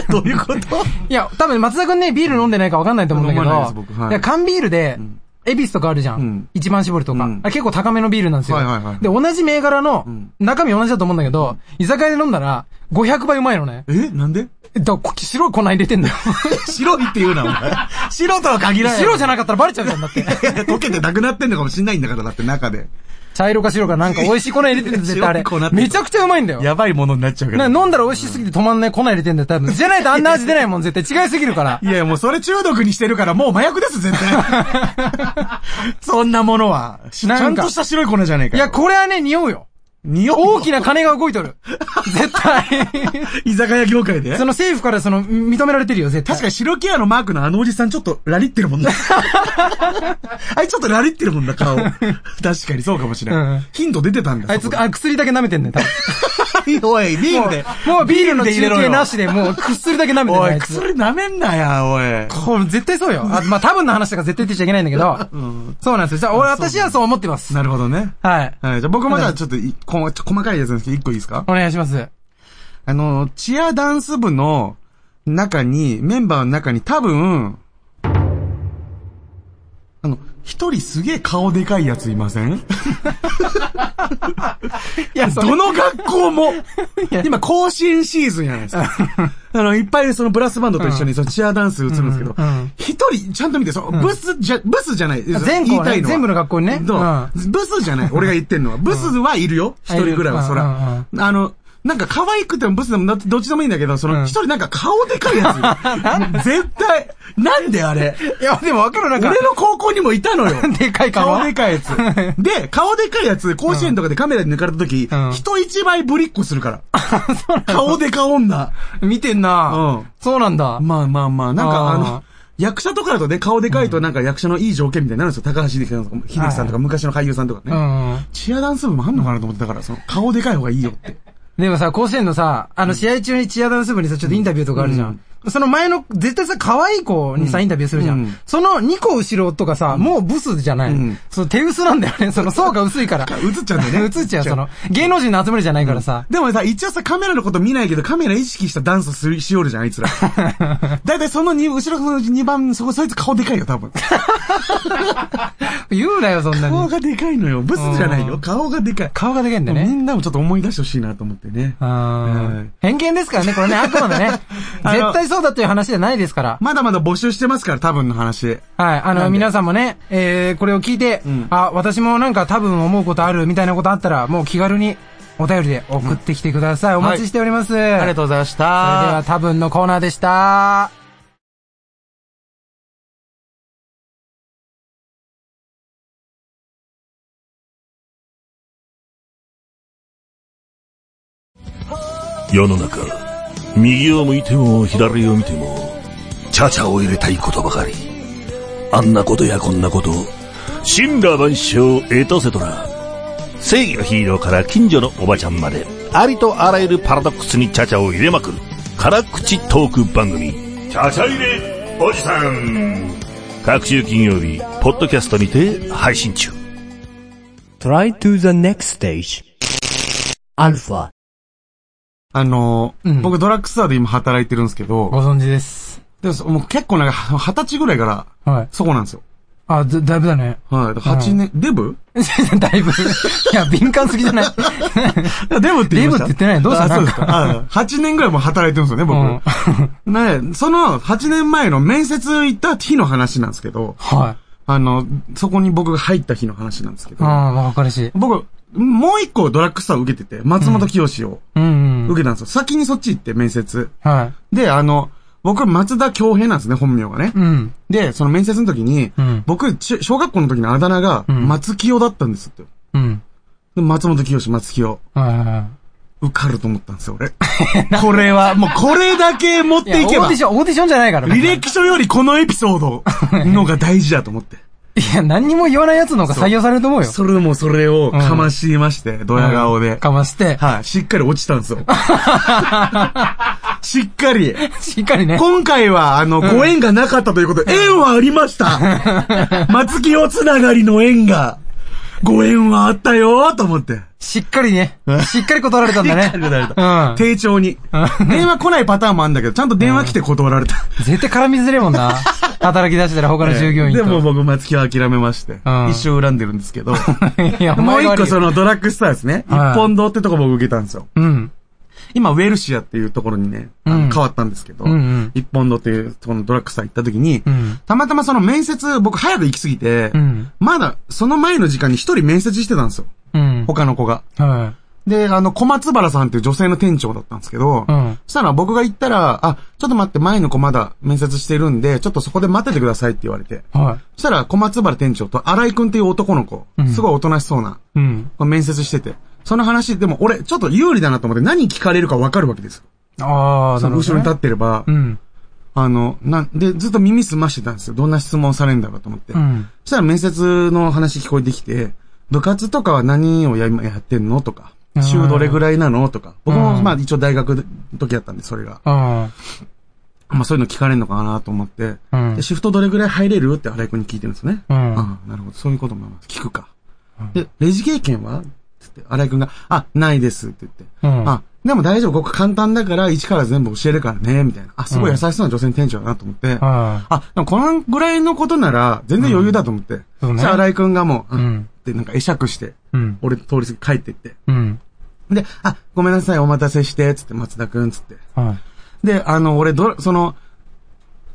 [SPEAKER 1] どういうこと
[SPEAKER 2] いや、多分松田くんね、ビール飲んでないか分かんないと思うんだけど、
[SPEAKER 1] 飲まないです僕はい
[SPEAKER 2] や缶ビールで、エビスとかあるじゃん。
[SPEAKER 1] うん
[SPEAKER 2] 一番搾りとか、
[SPEAKER 1] うん
[SPEAKER 2] あ結構高めのビールなんですよ。
[SPEAKER 1] はいはいはい
[SPEAKER 2] で、同じ銘柄の
[SPEAKER 1] ん、
[SPEAKER 2] 中身同じだと思うんだけど、居酒屋で飲んだら、500倍うまいのね。
[SPEAKER 1] えなんで
[SPEAKER 2] えだこ白い粉入れてんだよ。
[SPEAKER 1] 白いって言うな、お前。 白とは限 らない。
[SPEAKER 2] 白じゃ
[SPEAKER 1] な
[SPEAKER 2] なかったらバレちゃうじゃん、だって。
[SPEAKER 1] 溶けてなくなってんのかもしんないんだから、だって中で。
[SPEAKER 2] 茶色か白かなんか美味しい粉入れてるんだよ、絶対あれ
[SPEAKER 1] 白い粉っ。て
[SPEAKER 2] めちゃくちゃうまいんだよ。
[SPEAKER 1] やばいものになっちゃうか
[SPEAKER 2] な
[SPEAKER 1] ら。
[SPEAKER 2] 飲んだら美味しすぎて止まんない粉入れてんだよ、多分。じゃないとあんな味出ないもん、絶対。違いすぎる から
[SPEAKER 1] い。やいや、もうそれ中毒にしてるから、もう麻薬です、絶 対。そんなものは。ち
[SPEAKER 2] なんか
[SPEAKER 1] ゃんとした白い粉じゃねえか
[SPEAKER 2] い
[SPEAKER 1] よ。
[SPEAKER 2] や、これはね、匂うよ。
[SPEAKER 1] 匂い。
[SPEAKER 2] 大きな金が動いとる。絶対。
[SPEAKER 1] 居酒屋業界で
[SPEAKER 2] その政府からその、認められてるよ、絶対。
[SPEAKER 1] 確かに白ケアのマークのあのおじさんちょっとラリってるもん な。あいつちょっとラリってるもんな、顔。確かにそうかもしれ
[SPEAKER 2] うん
[SPEAKER 1] な
[SPEAKER 2] う
[SPEAKER 1] い
[SPEAKER 2] ん。
[SPEAKER 1] ヒント出てたんだ。
[SPEAKER 2] あい
[SPEAKER 1] そこ
[SPEAKER 2] つ、あ、薬だけ舐めてんね、多分。
[SPEAKER 1] おい、ビールで。
[SPEAKER 2] もうビールの
[SPEAKER 1] ビールで入
[SPEAKER 2] 中
[SPEAKER 1] れろ
[SPEAKER 2] 継
[SPEAKER 1] よ
[SPEAKER 2] なしで、もう薬だけ舐め てんね、
[SPEAKER 1] お
[SPEAKER 2] あ
[SPEAKER 1] い、
[SPEAKER 2] いつ。
[SPEAKER 1] 薬舐めんなや、おい。
[SPEAKER 2] これ絶対そうよ。あ、まあ、多分の話とか絶対言っちゃいけないんだけど。そうなんですよ。じゃあ、俺、私はそう思ってます。
[SPEAKER 1] なるほどね。
[SPEAKER 2] はい。
[SPEAKER 1] はい、じゃあ僕もじゃあちょっとい、こうちょ細かいやつなんですけど、一個いいですか
[SPEAKER 2] お願いします。
[SPEAKER 1] あの、チアダンス部の、中に、メンバーの中に多分、あの、一人すげえ顔でかいやついません
[SPEAKER 2] い や、それ
[SPEAKER 1] どの学校 も、今甲子園シーズンじゃないですか。あの、いっぱいそのブラスバンドと一緒にそのチアダンス映るんですけど
[SPEAKER 2] うんうん、
[SPEAKER 1] 一人、ちゃんと見て、そのブスじゃ、ブスじゃない。
[SPEAKER 2] 全
[SPEAKER 1] 言
[SPEAKER 2] 校
[SPEAKER 1] い
[SPEAKER 2] ね
[SPEAKER 1] たいのは
[SPEAKER 2] 全部の学校にね
[SPEAKER 1] どうブスじゃない。俺が言ってんのは。ブスはいるよ。一人ぐらいは、そら。あの、なんか可愛くてもブスでもどどっちでもいいんだけど、そうの
[SPEAKER 2] ん
[SPEAKER 1] 一人なんか顔でかい やつ。絶対。なんであれ。
[SPEAKER 2] いや、でもわかる、なんか
[SPEAKER 1] 俺。の高校にもいたのよ。
[SPEAKER 2] でかい顔は
[SPEAKER 1] 顔でかい やつ。で、顔でかいやつ、甲子園とかでカメラに抜かれた時、
[SPEAKER 2] うん
[SPEAKER 1] 人一倍ぶりっこするから。 顔でか女。
[SPEAKER 2] 見てんな
[SPEAKER 1] うん
[SPEAKER 2] そうなんだ。
[SPEAKER 1] まあまあまあ、なんか
[SPEAKER 2] あ
[SPEAKER 1] あ
[SPEAKER 2] ー
[SPEAKER 1] の、役者とかだとね、顔でかいとなんか役者のいい条件みたいになるんですよ。高橋秀樹さんとか、秀樹さんとか昔の俳優さんとか
[SPEAKER 2] う
[SPEAKER 1] ね。
[SPEAKER 2] ん。
[SPEAKER 1] チアダンス部もあんのかなと思ってたから、その、顔でかい方がいいよ って。
[SPEAKER 2] でもさ、甲子園のさ、あの、試合中にチアダンス部にさ、ちょっとインタビューとかあるじゃん。その前の、絶対さ、可愛い子にさ、インタビューするじゃ
[SPEAKER 1] うん
[SPEAKER 2] ん。その2個後ろとかさ、もうブスじゃない
[SPEAKER 1] ん。
[SPEAKER 2] その手薄なんだよね。その層が薄いから。
[SPEAKER 1] 映っちゃうんだよね
[SPEAKER 2] 映っちゃう、その。芸能人の集まりじゃないからさ。
[SPEAKER 1] でもさ、一応さ、カメラのこと見ないけど、カメラ意識したダンスするしよるじゃん、あい つら。だいたいそのに後ろの2番、そこ、そいつ顔でかいよ、多分。
[SPEAKER 2] 言うなよ、そんな
[SPEAKER 1] 顔
[SPEAKER 2] に。
[SPEAKER 1] がでかいのよ。ブスじゃないよ。顔がでかい。
[SPEAKER 2] 顔がでかいんだよ
[SPEAKER 1] み
[SPEAKER 2] ね。
[SPEAKER 1] んなもちょっと思い出してほしいなと思ってね。
[SPEAKER 2] あ
[SPEAKER 1] は
[SPEAKER 2] ー
[SPEAKER 1] い。
[SPEAKER 2] 偏見ですからね、これね、あくまでね
[SPEAKER 1] あの
[SPEAKER 2] 絶対そうだという話じゃないですから。
[SPEAKER 1] まだまだ募集してますから、多分の話。
[SPEAKER 2] はい。あの、皆さんもね、えー、これを聞いて、
[SPEAKER 1] ん
[SPEAKER 2] あ、私もなんか多分思うことあるみたいなことあったら、もう気軽にお便りで送ってきてください。お待ちしております。
[SPEAKER 3] ありがとうございました。
[SPEAKER 2] それでは多分のコーナーでした。
[SPEAKER 5] 世の中、右を向いても左を見ても、チャチャを入れたいことばかり。あんなことやこんなこと、神羅万象エトセトラ。正義のヒーローから近所のおばちゃんまで、ありとあらゆるパラドックスにチャチャを入れまくる、辛口トーク番組、チャチャ入れおじさん。各週金曜日、ポッドキャストにて配信中。
[SPEAKER 6] Try to the next stage. Alpha.
[SPEAKER 1] あのー
[SPEAKER 2] うん
[SPEAKER 1] 僕ドラッグストアで今働いてるんですけど、
[SPEAKER 2] ご存知です。
[SPEAKER 1] でももう結構なんか、二十歳ぐらいから、
[SPEAKER 2] はい。
[SPEAKER 1] そこなんですよ。
[SPEAKER 2] あ、だ、だいぶだね。
[SPEAKER 1] はい。8年、デブ
[SPEAKER 2] だ いぶ。いや、敏感すぎじゃない。
[SPEAKER 1] いやデブって言いました。
[SPEAKER 2] デブって言ってないどうした
[SPEAKER 1] あそう
[SPEAKER 2] なん
[SPEAKER 1] で
[SPEAKER 2] か
[SPEAKER 1] すか。あ8年ぐらいもう働いてるんですよね、僕。
[SPEAKER 2] うん
[SPEAKER 1] ねその8年前の面接行った日の話なんですけど、
[SPEAKER 2] はい。
[SPEAKER 1] あの、そこに僕が入った日の話なんですけ
[SPEAKER 2] う
[SPEAKER 1] ど、
[SPEAKER 2] ん、わかるし。
[SPEAKER 1] 僕、もう一個ドラッグストア受けてて、松本清を
[SPEAKER 2] うん、
[SPEAKER 1] 受
[SPEAKER 2] うん。
[SPEAKER 1] けたんですよ。先にそっち行って面接。
[SPEAKER 2] は
[SPEAKER 1] で、あの、僕、松田京平なんですね、本名がね
[SPEAKER 2] い。。うん。
[SPEAKER 1] で、その面接の時に、
[SPEAKER 2] うん
[SPEAKER 1] 僕、ち小学校の時のあだ名が、
[SPEAKER 2] ん
[SPEAKER 1] 松清だったんですって。
[SPEAKER 2] うん。
[SPEAKER 1] で松本清、松清。
[SPEAKER 2] はいはいはい。
[SPEAKER 1] 受かると思ったんです よ、俺。これは、もうこれだけ持っ
[SPEAKER 2] いや
[SPEAKER 1] ていけ
[SPEAKER 2] オー
[SPEAKER 1] ば
[SPEAKER 2] ディ、ション、オーディションじゃないからね
[SPEAKER 1] 履歴書よりこのエピソードのが大事だと思って。
[SPEAKER 2] いや、何にも言わないやつの方が採用されると思うよ。
[SPEAKER 1] それもそれをかましまして、ドヤ顔で。
[SPEAKER 2] かまして。
[SPEAKER 1] はい、しっかり落ちたん ですよ。しっかり。
[SPEAKER 2] しっかりね。
[SPEAKER 1] 今回は、あの、ご縁がなかったということで、縁はありました 松木をつながりの縁が、ご縁はあったよと思って。
[SPEAKER 2] しっかりね。しっかり断られたんだね。
[SPEAKER 1] しっかり断られ
[SPEAKER 2] うん。
[SPEAKER 1] 丁重に。電話来ないパターンもあるんだけど、ちゃんと電話来て断られた。
[SPEAKER 2] 絶対絡みづれえもんな。働き出したら他の従業員と。
[SPEAKER 1] でも僕、松木は諦めまして、
[SPEAKER 2] うん
[SPEAKER 1] 一生恨んでるんですけど。
[SPEAKER 2] い や、お
[SPEAKER 1] もう
[SPEAKER 2] 前が
[SPEAKER 1] 一
[SPEAKER 2] 悪い
[SPEAKER 1] 個そのドラッグスターですね。一
[SPEAKER 2] はい
[SPEAKER 1] 本堂ってとこ僕受けたんですよ。
[SPEAKER 2] うん。
[SPEAKER 1] 今、ウェルシアっていうところにね、あの
[SPEAKER 2] うん
[SPEAKER 1] 変わったんですけど
[SPEAKER 2] うんうん、
[SPEAKER 1] 一本堂っていうところのドラッグスター行った時に
[SPEAKER 2] うん、
[SPEAKER 1] たまたまその面接、僕早く行きすぎて
[SPEAKER 2] うん、
[SPEAKER 1] まだその前の時間に一人面接してたんですよ。
[SPEAKER 2] うん。
[SPEAKER 1] 他の子が。
[SPEAKER 2] は
[SPEAKER 1] で、あの、小松原さんっていう女性の店長だったんですけど、
[SPEAKER 2] うん
[SPEAKER 1] そしたら僕が行ったら、あ、ちょっと待って、前の子まだ面接してるんで、ちょっとそこで待っててくださいって言われて。
[SPEAKER 2] い。は
[SPEAKER 1] そしたら、小松原店長と荒井くんっていう男の子、
[SPEAKER 2] ん
[SPEAKER 1] すごいおとなしそうな、
[SPEAKER 2] い。うん。
[SPEAKER 1] 面接してて。その話、でも俺、ちょっと有利だなと思って何聞かれるかわかるわけですよ。
[SPEAKER 2] ああ、
[SPEAKER 1] そ
[SPEAKER 2] なる
[SPEAKER 1] の
[SPEAKER 2] ほ
[SPEAKER 1] 後
[SPEAKER 2] どね。
[SPEAKER 1] ろに立ってれば、
[SPEAKER 2] うん。
[SPEAKER 1] あの、なん、で、ずっと耳澄ましてたんですよ。どんな質問されるんだろうと思って。
[SPEAKER 2] うん。
[SPEAKER 1] そしたら面接の話聞こえてきて、部活とかは何をや今やってんのとか、
[SPEAKER 2] うん
[SPEAKER 1] 週どれぐらいなのとか。僕も、
[SPEAKER 2] うん
[SPEAKER 1] まあ一応大学の時だったんで、それが。
[SPEAKER 2] あ
[SPEAKER 1] まあそういうの聞かれるのかなと思って、
[SPEAKER 2] あ。うん
[SPEAKER 1] で、。シフトどれぐらい入れるって荒井くんに聞いてるんですね。
[SPEAKER 2] うん
[SPEAKER 1] ああなるほど。そういうこともあります。聞くか。で、レジ経験はってって、荒井くんが、あ、ないですって言って。
[SPEAKER 2] うん
[SPEAKER 1] あ、でも大丈夫、ここ簡単だから、一から全部教えるからね、みたいな。あ、すごい優しそうな女性の店長だなと思って。
[SPEAKER 2] は
[SPEAKER 1] あ、でもこのぐらいのことなら、全然余裕だと思って。
[SPEAKER 2] そうね
[SPEAKER 1] じゃあ荒井くんがもう、
[SPEAKER 2] い。う
[SPEAKER 1] うん、っ
[SPEAKER 2] ん。
[SPEAKER 1] てなんか会釈して、
[SPEAKER 2] うん。
[SPEAKER 1] 俺通り過ぎ帰ってって。
[SPEAKER 2] うん。
[SPEAKER 1] で、あ、ごめんなさい、お待たせして、つって、松田くん、つって。
[SPEAKER 2] はい。
[SPEAKER 1] で、あの、俺、ど、その、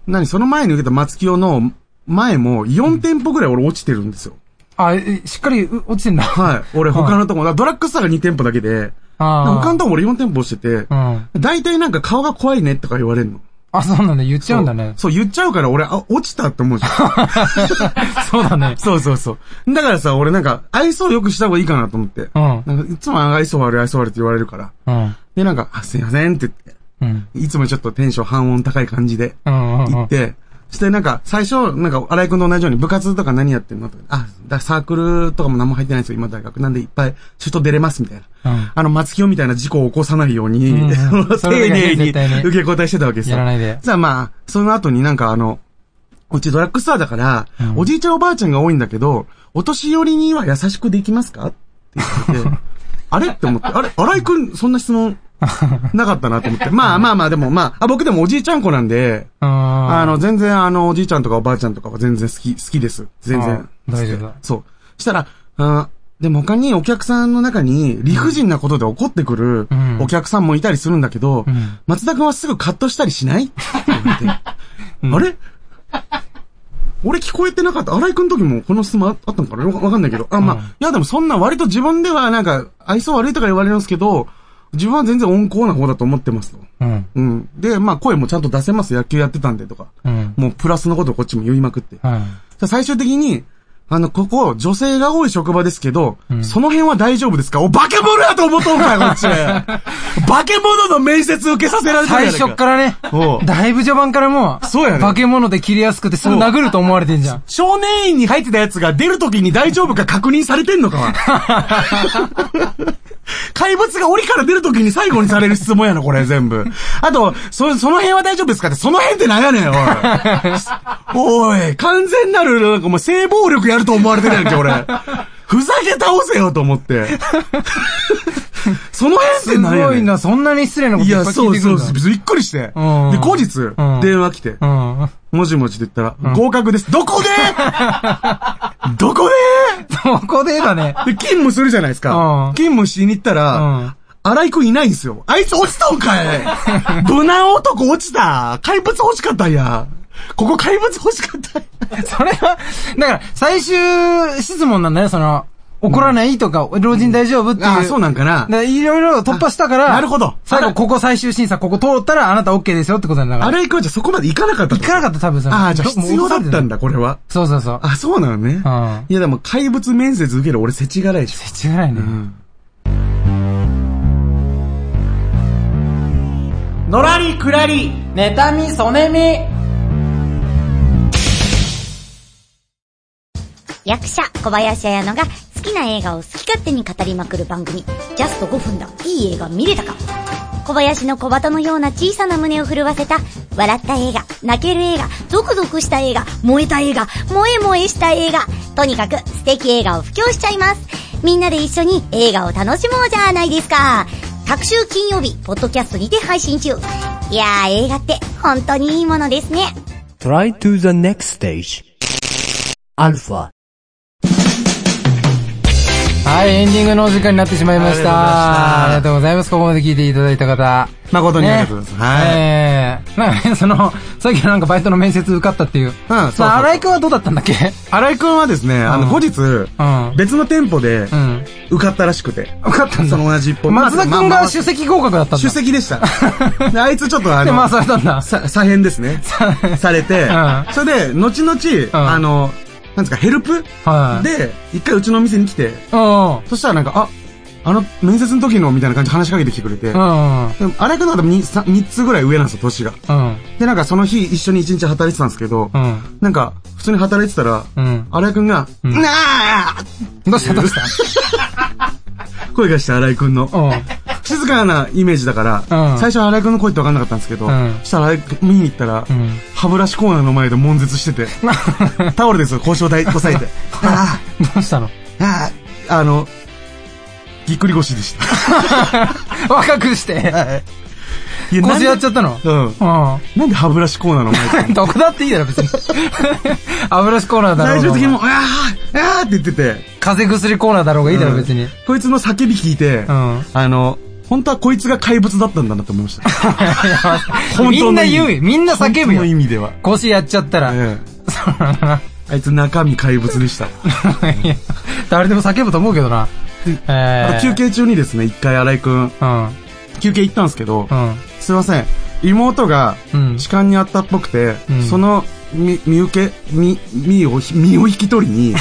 [SPEAKER 1] 何、その前に受けた松清の前も、4店舗ぐらい俺落ちてるんですよ。
[SPEAKER 2] あ、えしっかりう落ちてんだ。
[SPEAKER 1] はい。俺、他のとこ、だからドラッグストアが2店舗だけで、
[SPEAKER 2] あー
[SPEAKER 1] 他のとこ俺4店舗落ちてて、
[SPEAKER 2] うん。
[SPEAKER 1] 大体なんか顔が怖いねとか言われるの。
[SPEAKER 2] あ、そうなんだ。言っちゃうんだね。
[SPEAKER 1] そう、言っちゃうから俺、あ、落ちたって思うじゃん。
[SPEAKER 2] そうだね。
[SPEAKER 1] そうそうそう。だからさ、俺なんか、愛想良くした方がいいかなと思って。
[SPEAKER 2] うん。
[SPEAKER 1] なんか、いつも愛想悪い愛想悪いって言われるから。
[SPEAKER 2] うん。
[SPEAKER 1] で、なんか、あ、すいませんって言っ
[SPEAKER 2] うん。
[SPEAKER 1] て、いつもちょっとテンション半音高い感じで
[SPEAKER 2] うん。うん
[SPEAKER 1] 行って、してなんか、最初、なんか、荒井くんと同じように部活とか何やってんのとか、あ、だサークルとかも何も入ってないんですよ、今大学。なんでいっぱい、シュート出れますみたいな。
[SPEAKER 2] うん。
[SPEAKER 1] あの、松清みたいな事故を起こさないように、
[SPEAKER 2] うんうんそ
[SPEAKER 1] 丁
[SPEAKER 2] れだけは
[SPEAKER 1] 寧に
[SPEAKER 2] 絶対ね
[SPEAKER 1] 受け答えしてたわけですよ。
[SPEAKER 2] やらないで。
[SPEAKER 1] さあまあ、その後になんかあの、うちドラッグストアだから、
[SPEAKER 2] うん
[SPEAKER 1] おじいちゃんおばあちゃんが多いんだけど、お年寄りには優しくできますかって言 ってて、あれって思って、あれ荒井くん、そんな質問、なかったなと思って。まあまあまあ、でもまあ、あ、僕でもおじいちゃん子なんで、
[SPEAKER 2] うん。
[SPEAKER 1] あ
[SPEAKER 2] あ
[SPEAKER 1] の、全然あの、おじいちゃんとかおばあちゃんとかは全然好き、好きです。全然。
[SPEAKER 2] あ大丈夫だ
[SPEAKER 1] そう。したら、あでも他にお客さんの中に理不尽なことで怒ってくる
[SPEAKER 2] うん
[SPEAKER 1] お客さんもいたりするんだけど、
[SPEAKER 2] ん
[SPEAKER 1] 松田君はすぐカットしたりしないって言 って、あれ俺聞こえてなかった。荒井くんの時もこの質問ああったのかなよくわかんないけど。あ、まあ、いやでもそんな割と自分ではなんか愛想悪いとか言われるんですけど、自分は全然温厚な方だと思ってますと。
[SPEAKER 2] うん。
[SPEAKER 1] うん。で、まあ声もちゃんと出せます。野球やってたんでとか。
[SPEAKER 2] うん。
[SPEAKER 1] もうプラスのことをこっちも言いまくって。
[SPEAKER 2] はい。
[SPEAKER 1] さ最終的に、あの、ここ、女性が多い職場ですけど、その辺は大丈夫ですかお、化け物やと思っとんかい、こっ ち。化け物の面接受けさせられた
[SPEAKER 2] 最
[SPEAKER 1] やない
[SPEAKER 2] 初っからね
[SPEAKER 1] お、う
[SPEAKER 2] だいぶ序盤からもう、
[SPEAKER 1] そうやね
[SPEAKER 2] 化け物で切りやすくてすぐ殴ると思われてんじゃん。
[SPEAKER 1] 少年院に入ってたやつが出るときに大丈夫か確認されてんのかは 怪物が檻から出るときに最後にされる質問やな、これ全部。あと、そ、その辺は大丈夫ですかって、その辺って何やねん、おい。おい、完全なる、なんかもう性暴力やると思われてるやんけ、俺。ふざけ倒せよと思って。その辺
[SPEAKER 2] す
[SPEAKER 1] って何や
[SPEAKER 2] ご
[SPEAKER 1] ね
[SPEAKER 2] い
[SPEAKER 1] ん。
[SPEAKER 2] な、そんなに失礼なこと
[SPEAKER 1] い
[SPEAKER 2] いっ
[SPEAKER 1] や、
[SPEAKER 2] ぱい
[SPEAKER 1] そ
[SPEAKER 2] 聞いうてく
[SPEAKER 1] そ
[SPEAKER 2] るん
[SPEAKER 1] う、
[SPEAKER 2] だ。
[SPEAKER 1] びっくりして。で、
[SPEAKER 2] うん
[SPEAKER 1] 後日
[SPEAKER 2] うん、
[SPEAKER 1] 電話来て。
[SPEAKER 2] うん。
[SPEAKER 1] もしもしって言ったら、合格です。ど こでどこで
[SPEAKER 2] そこでだね。
[SPEAKER 1] で、勤務するじゃないですか。
[SPEAKER 2] うん
[SPEAKER 1] 勤務しに行った
[SPEAKER 2] うん
[SPEAKER 1] ら、荒井くんいないんですよ。あいつ落ちたんか い無難男落ちた怪物欲しかったんや。ここ怪物欲しかったんや。
[SPEAKER 2] それは、だから、最終質問なんだよ、その、怒らないとか、老人大丈夫っていう。
[SPEAKER 1] ああ、そうなんかな。
[SPEAKER 2] でいろいろ突破したから、
[SPEAKER 1] あなるほど
[SPEAKER 2] 最
[SPEAKER 1] あ
[SPEAKER 2] 後、
[SPEAKER 1] ら
[SPEAKER 2] ここ最終審査、ここ通ったらあなた OK ですよってことなんだから。
[SPEAKER 1] 荒井くんはじゃあそこまで行かなかった
[SPEAKER 2] 行かなかった、多分それ
[SPEAKER 1] ああ、じゃあ必要だったん。
[SPEAKER 2] ど
[SPEAKER 1] だ、これは。
[SPEAKER 2] そうそうそう。
[SPEAKER 1] あ、そうなのね。
[SPEAKER 2] ん
[SPEAKER 1] いや、でも怪物面接受ける俺、世知辛いでしょ。
[SPEAKER 2] 世知辛いね。
[SPEAKER 3] のらりくらり。
[SPEAKER 2] 妬み、そね
[SPEAKER 4] 役者小林彩乃が好きな映画を好き勝手に語りまくる番組ジャスト5分だいい映画見れたか小林の小鳩のような小さな胸を震わせた笑った映画泣ける映画ゾクゾクした映画燃えた映画萌え萌えした映画とにかく素敵映画を布教しちゃいますみんなで一緒に映画を楽しもうじゃないですか各週金曜日ポッドキャストにて配信中いやー映画って本当にいいものですね
[SPEAKER 6] Try to the next stage. Alpha.
[SPEAKER 2] み。はい、エンディングのお時間になってしまいました。あ
[SPEAKER 1] あ
[SPEAKER 2] り
[SPEAKER 1] り
[SPEAKER 2] が
[SPEAKER 1] が
[SPEAKER 2] とうございます。ここまで聞いていただいた方。
[SPEAKER 1] 誠にあり
[SPEAKER 2] ね
[SPEAKER 1] がとうございます。はい。
[SPEAKER 2] ええなんかね、その、さっきのなんかバイトの面接受かったっていう。
[SPEAKER 1] うんそうそうそう
[SPEAKER 2] まあ荒井くんはどうだったんだっけ
[SPEAKER 1] 荒井くんはですね、あ
[SPEAKER 2] うん
[SPEAKER 1] の、後日、
[SPEAKER 2] うん。
[SPEAKER 1] 別の店舗で
[SPEAKER 2] うん。
[SPEAKER 1] 受かったらしくて。
[SPEAKER 2] 受かったんだ
[SPEAKER 1] その同じ一本。
[SPEAKER 2] 松田くん
[SPEAKER 1] まあ
[SPEAKER 2] が
[SPEAKER 1] まあ
[SPEAKER 2] 首席合格だったんだ。
[SPEAKER 1] 出席でした。であいつちょっとあ
[SPEAKER 2] で
[SPEAKER 1] の、
[SPEAKER 2] 回されたんだ。
[SPEAKER 1] さ、左辺ですね。されて、
[SPEAKER 2] うん
[SPEAKER 1] それで、後々、あの、なんですか、ヘルプ
[SPEAKER 2] はい。
[SPEAKER 1] で、一回うちのお店に来て、
[SPEAKER 2] うん。
[SPEAKER 1] そしたらなんか、あ、あの、面接の時の、みたいな感じで話しかけてきてくれて、
[SPEAKER 2] うん。うん
[SPEAKER 1] でも荒井くんの方が 3, 3つぐらい上なんですよ、年が。。で、なんかその日一緒に一日働いてたんですけど、
[SPEAKER 2] うん。
[SPEAKER 1] なんか、普通に働いてたら、
[SPEAKER 2] うん。
[SPEAKER 1] 荒井くんが、
[SPEAKER 2] ん
[SPEAKER 1] なあ
[SPEAKER 2] どうしたどうした
[SPEAKER 1] 声がして荒井くんの。
[SPEAKER 2] うん。
[SPEAKER 1] 静かなイメージだから、
[SPEAKER 2] うん
[SPEAKER 1] 最初は新井くんの声って分かんなかったんですけど、
[SPEAKER 2] うん
[SPEAKER 1] そしたら新井くん見に行ったら、
[SPEAKER 2] ん
[SPEAKER 1] 歯ブラシコーナーの前で悶絶 してて、タオルですよ、腰を押さえて。あ
[SPEAKER 2] どうしたの
[SPEAKER 1] あ、ああ、あの、ぎっくり腰でした。
[SPEAKER 2] 若くして。
[SPEAKER 1] いや
[SPEAKER 2] 腰やっちゃったの
[SPEAKER 1] うん。
[SPEAKER 2] う
[SPEAKER 1] なんで歯ブラシコー ナーの前で
[SPEAKER 2] ん。どこだっていいだろ、別に。 油ブラシコーナーだろう
[SPEAKER 1] 最
[SPEAKER 2] が。
[SPEAKER 1] 終的にもう、あーあーって言ってて。
[SPEAKER 2] 風邪薬コーナーだろうがいいだろ、別に。
[SPEAKER 1] こいつの叫び聞いて、
[SPEAKER 2] ん
[SPEAKER 1] あの、本当はこいつが怪物だったんだなと思いました。当の意味
[SPEAKER 2] みんな言うよ。みんな 叫ぶ
[SPEAKER 1] 本当の意
[SPEAKER 2] よ。
[SPEAKER 1] 味では。
[SPEAKER 2] 腰やっちゃったら。
[SPEAKER 1] ええあいつ中身怪物でした。
[SPEAKER 2] いや誰でも叫ぶと思うけどな。 え
[SPEAKER 1] あと休。憩中にですね、一回新井くん、
[SPEAKER 2] うん。
[SPEAKER 1] 休憩行ったんですけど、
[SPEAKER 2] うん。
[SPEAKER 1] すいません、妹が
[SPEAKER 2] うん
[SPEAKER 1] 痴漢にあったっぽくて、
[SPEAKER 2] うん
[SPEAKER 1] その、み、見受け、み、みを、身を引き取り に、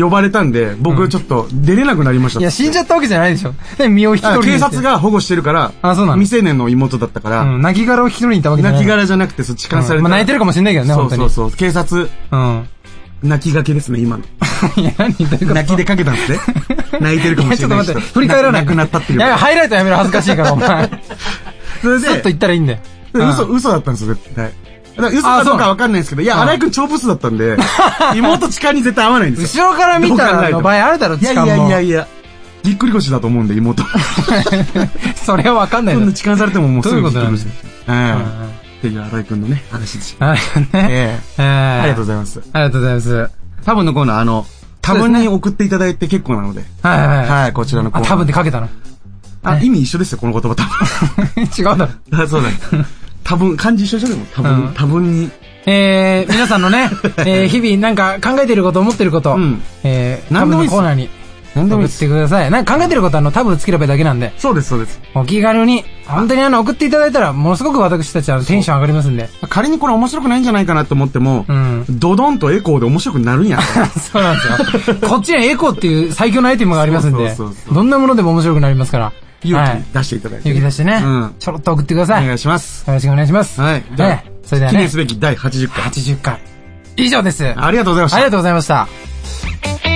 [SPEAKER 1] 呼ばれたんで、僕ちょっと出れなくなりましたって。
[SPEAKER 2] いや、死んじゃったわけじゃないでしょ。で、身を引き
[SPEAKER 1] あ
[SPEAKER 2] 取り
[SPEAKER 1] 警
[SPEAKER 2] に行って
[SPEAKER 1] 察。が保護してるから、
[SPEAKER 2] あそうなの
[SPEAKER 1] 未成年の妹だったから、
[SPEAKER 2] うん、泣き殻を引き取りに行ったわけじゃな
[SPEAKER 1] 泣
[SPEAKER 2] い。
[SPEAKER 1] き殻じゃなくて、そう痴漢さ
[SPEAKER 2] う
[SPEAKER 1] れ
[SPEAKER 2] ん
[SPEAKER 1] て、
[SPEAKER 2] まあ泣いてるかもしんないけどね、
[SPEAKER 1] そう
[SPEAKER 2] 本当に。
[SPEAKER 1] そうそう。警察、
[SPEAKER 2] うん。
[SPEAKER 1] 泣きがけですね、今の。
[SPEAKER 2] いや、何言ってるか。
[SPEAKER 1] 泣きでかけたんですね。泣いてるか
[SPEAKER 2] い
[SPEAKER 1] も
[SPEAKER 2] や
[SPEAKER 1] し
[SPEAKER 2] ちょ
[SPEAKER 1] れな
[SPEAKER 2] っと
[SPEAKER 1] い
[SPEAKER 2] 待
[SPEAKER 1] 人
[SPEAKER 2] って、振り返らない。
[SPEAKER 1] 亡くなったっていう。
[SPEAKER 2] やべ、ハイライトやめろ、恥ずかしいから、お前。ち
[SPEAKER 1] それ
[SPEAKER 2] ょっと
[SPEAKER 1] で、
[SPEAKER 2] 言ったらいいんだよ。
[SPEAKER 1] 嘘、
[SPEAKER 2] うん
[SPEAKER 1] 嘘だったんですよ、絶対。だから嘘かどうかわかんないんですけど、いや、荒井くん超ブスだったん で、妹痴漢に絶対合わないんですよ。
[SPEAKER 2] 後ろから見た
[SPEAKER 1] どう考え
[SPEAKER 2] ら
[SPEAKER 1] ても
[SPEAKER 2] の場合あるだろ、
[SPEAKER 1] いや
[SPEAKER 2] 痴
[SPEAKER 1] い
[SPEAKER 2] 漢
[SPEAKER 1] や
[SPEAKER 2] も。
[SPEAKER 1] いやいや。ぎっくり腰だと思うんで、 妹。
[SPEAKER 2] それはわかんない
[SPEAKER 1] そ
[SPEAKER 2] だ
[SPEAKER 1] ん
[SPEAKER 2] ろ
[SPEAKER 1] な。痴漢されてももうすぐぎっくり腰
[SPEAKER 2] どうい
[SPEAKER 1] ええ
[SPEAKER 2] うん
[SPEAKER 1] っ。ていう荒井くんのね、話でした。
[SPEAKER 2] あね。
[SPEAKER 1] ええ
[SPEAKER 2] えー
[SPEAKER 1] ありがとうございます。
[SPEAKER 2] ありがとうございます。はい
[SPEAKER 1] 多分のコーナー、あの、多分に送っていただいて結構なので。
[SPEAKER 2] はいはい。
[SPEAKER 1] はい、こちらのコー
[SPEAKER 2] あ、
[SPEAKER 1] ナー。
[SPEAKER 2] 多分でかけたの。
[SPEAKER 1] あ、意味一緒ですよ、この言葉多分。
[SPEAKER 2] 違うだ ろ。
[SPEAKER 1] あ、そうだ。多分、漢字一緒じゃでも多
[SPEAKER 2] う
[SPEAKER 1] 分、
[SPEAKER 2] ん
[SPEAKER 1] 多分に。
[SPEAKER 2] えー、皆さんの ね、えー、日々なんか考えてること、思ってること、
[SPEAKER 1] うん
[SPEAKER 2] えー、
[SPEAKER 1] 何でもいいっす
[SPEAKER 2] 多分のコーナーに
[SPEAKER 1] 何
[SPEAKER 2] 送ってください。なんか考えてることはあの、多分つければいいだけなんで、
[SPEAKER 1] そうです、そうです。
[SPEAKER 2] お気軽に、本当にあの、送っていただいたら、ものすごく私たちはあのテンション上がりますんで。
[SPEAKER 1] 仮にこれ面白くないんじゃないかなと思っても
[SPEAKER 2] う、ん。
[SPEAKER 1] ドドンとエコーで面白くなるんや。
[SPEAKER 2] そうなんですよ。こっちにはエコっていう最強のアイテムがありますんで
[SPEAKER 1] そうそうそうそ、う
[SPEAKER 2] どんなものでも面白くなりますから。は
[SPEAKER 1] 勇
[SPEAKER 2] い
[SPEAKER 1] 気出していただいて。
[SPEAKER 2] 勇気出してね
[SPEAKER 1] うん、
[SPEAKER 2] ちょろっと送ってください。
[SPEAKER 1] お
[SPEAKER 2] よ
[SPEAKER 1] 願いします。
[SPEAKER 2] ろしくお願いします。
[SPEAKER 1] はいじゃあ
[SPEAKER 2] ねそれでは
[SPEAKER 1] 記
[SPEAKER 2] ね
[SPEAKER 1] 念す、べき第80回。
[SPEAKER 2] 80回。以上です。あ
[SPEAKER 1] ありがとうございました
[SPEAKER 2] り。がとうございました。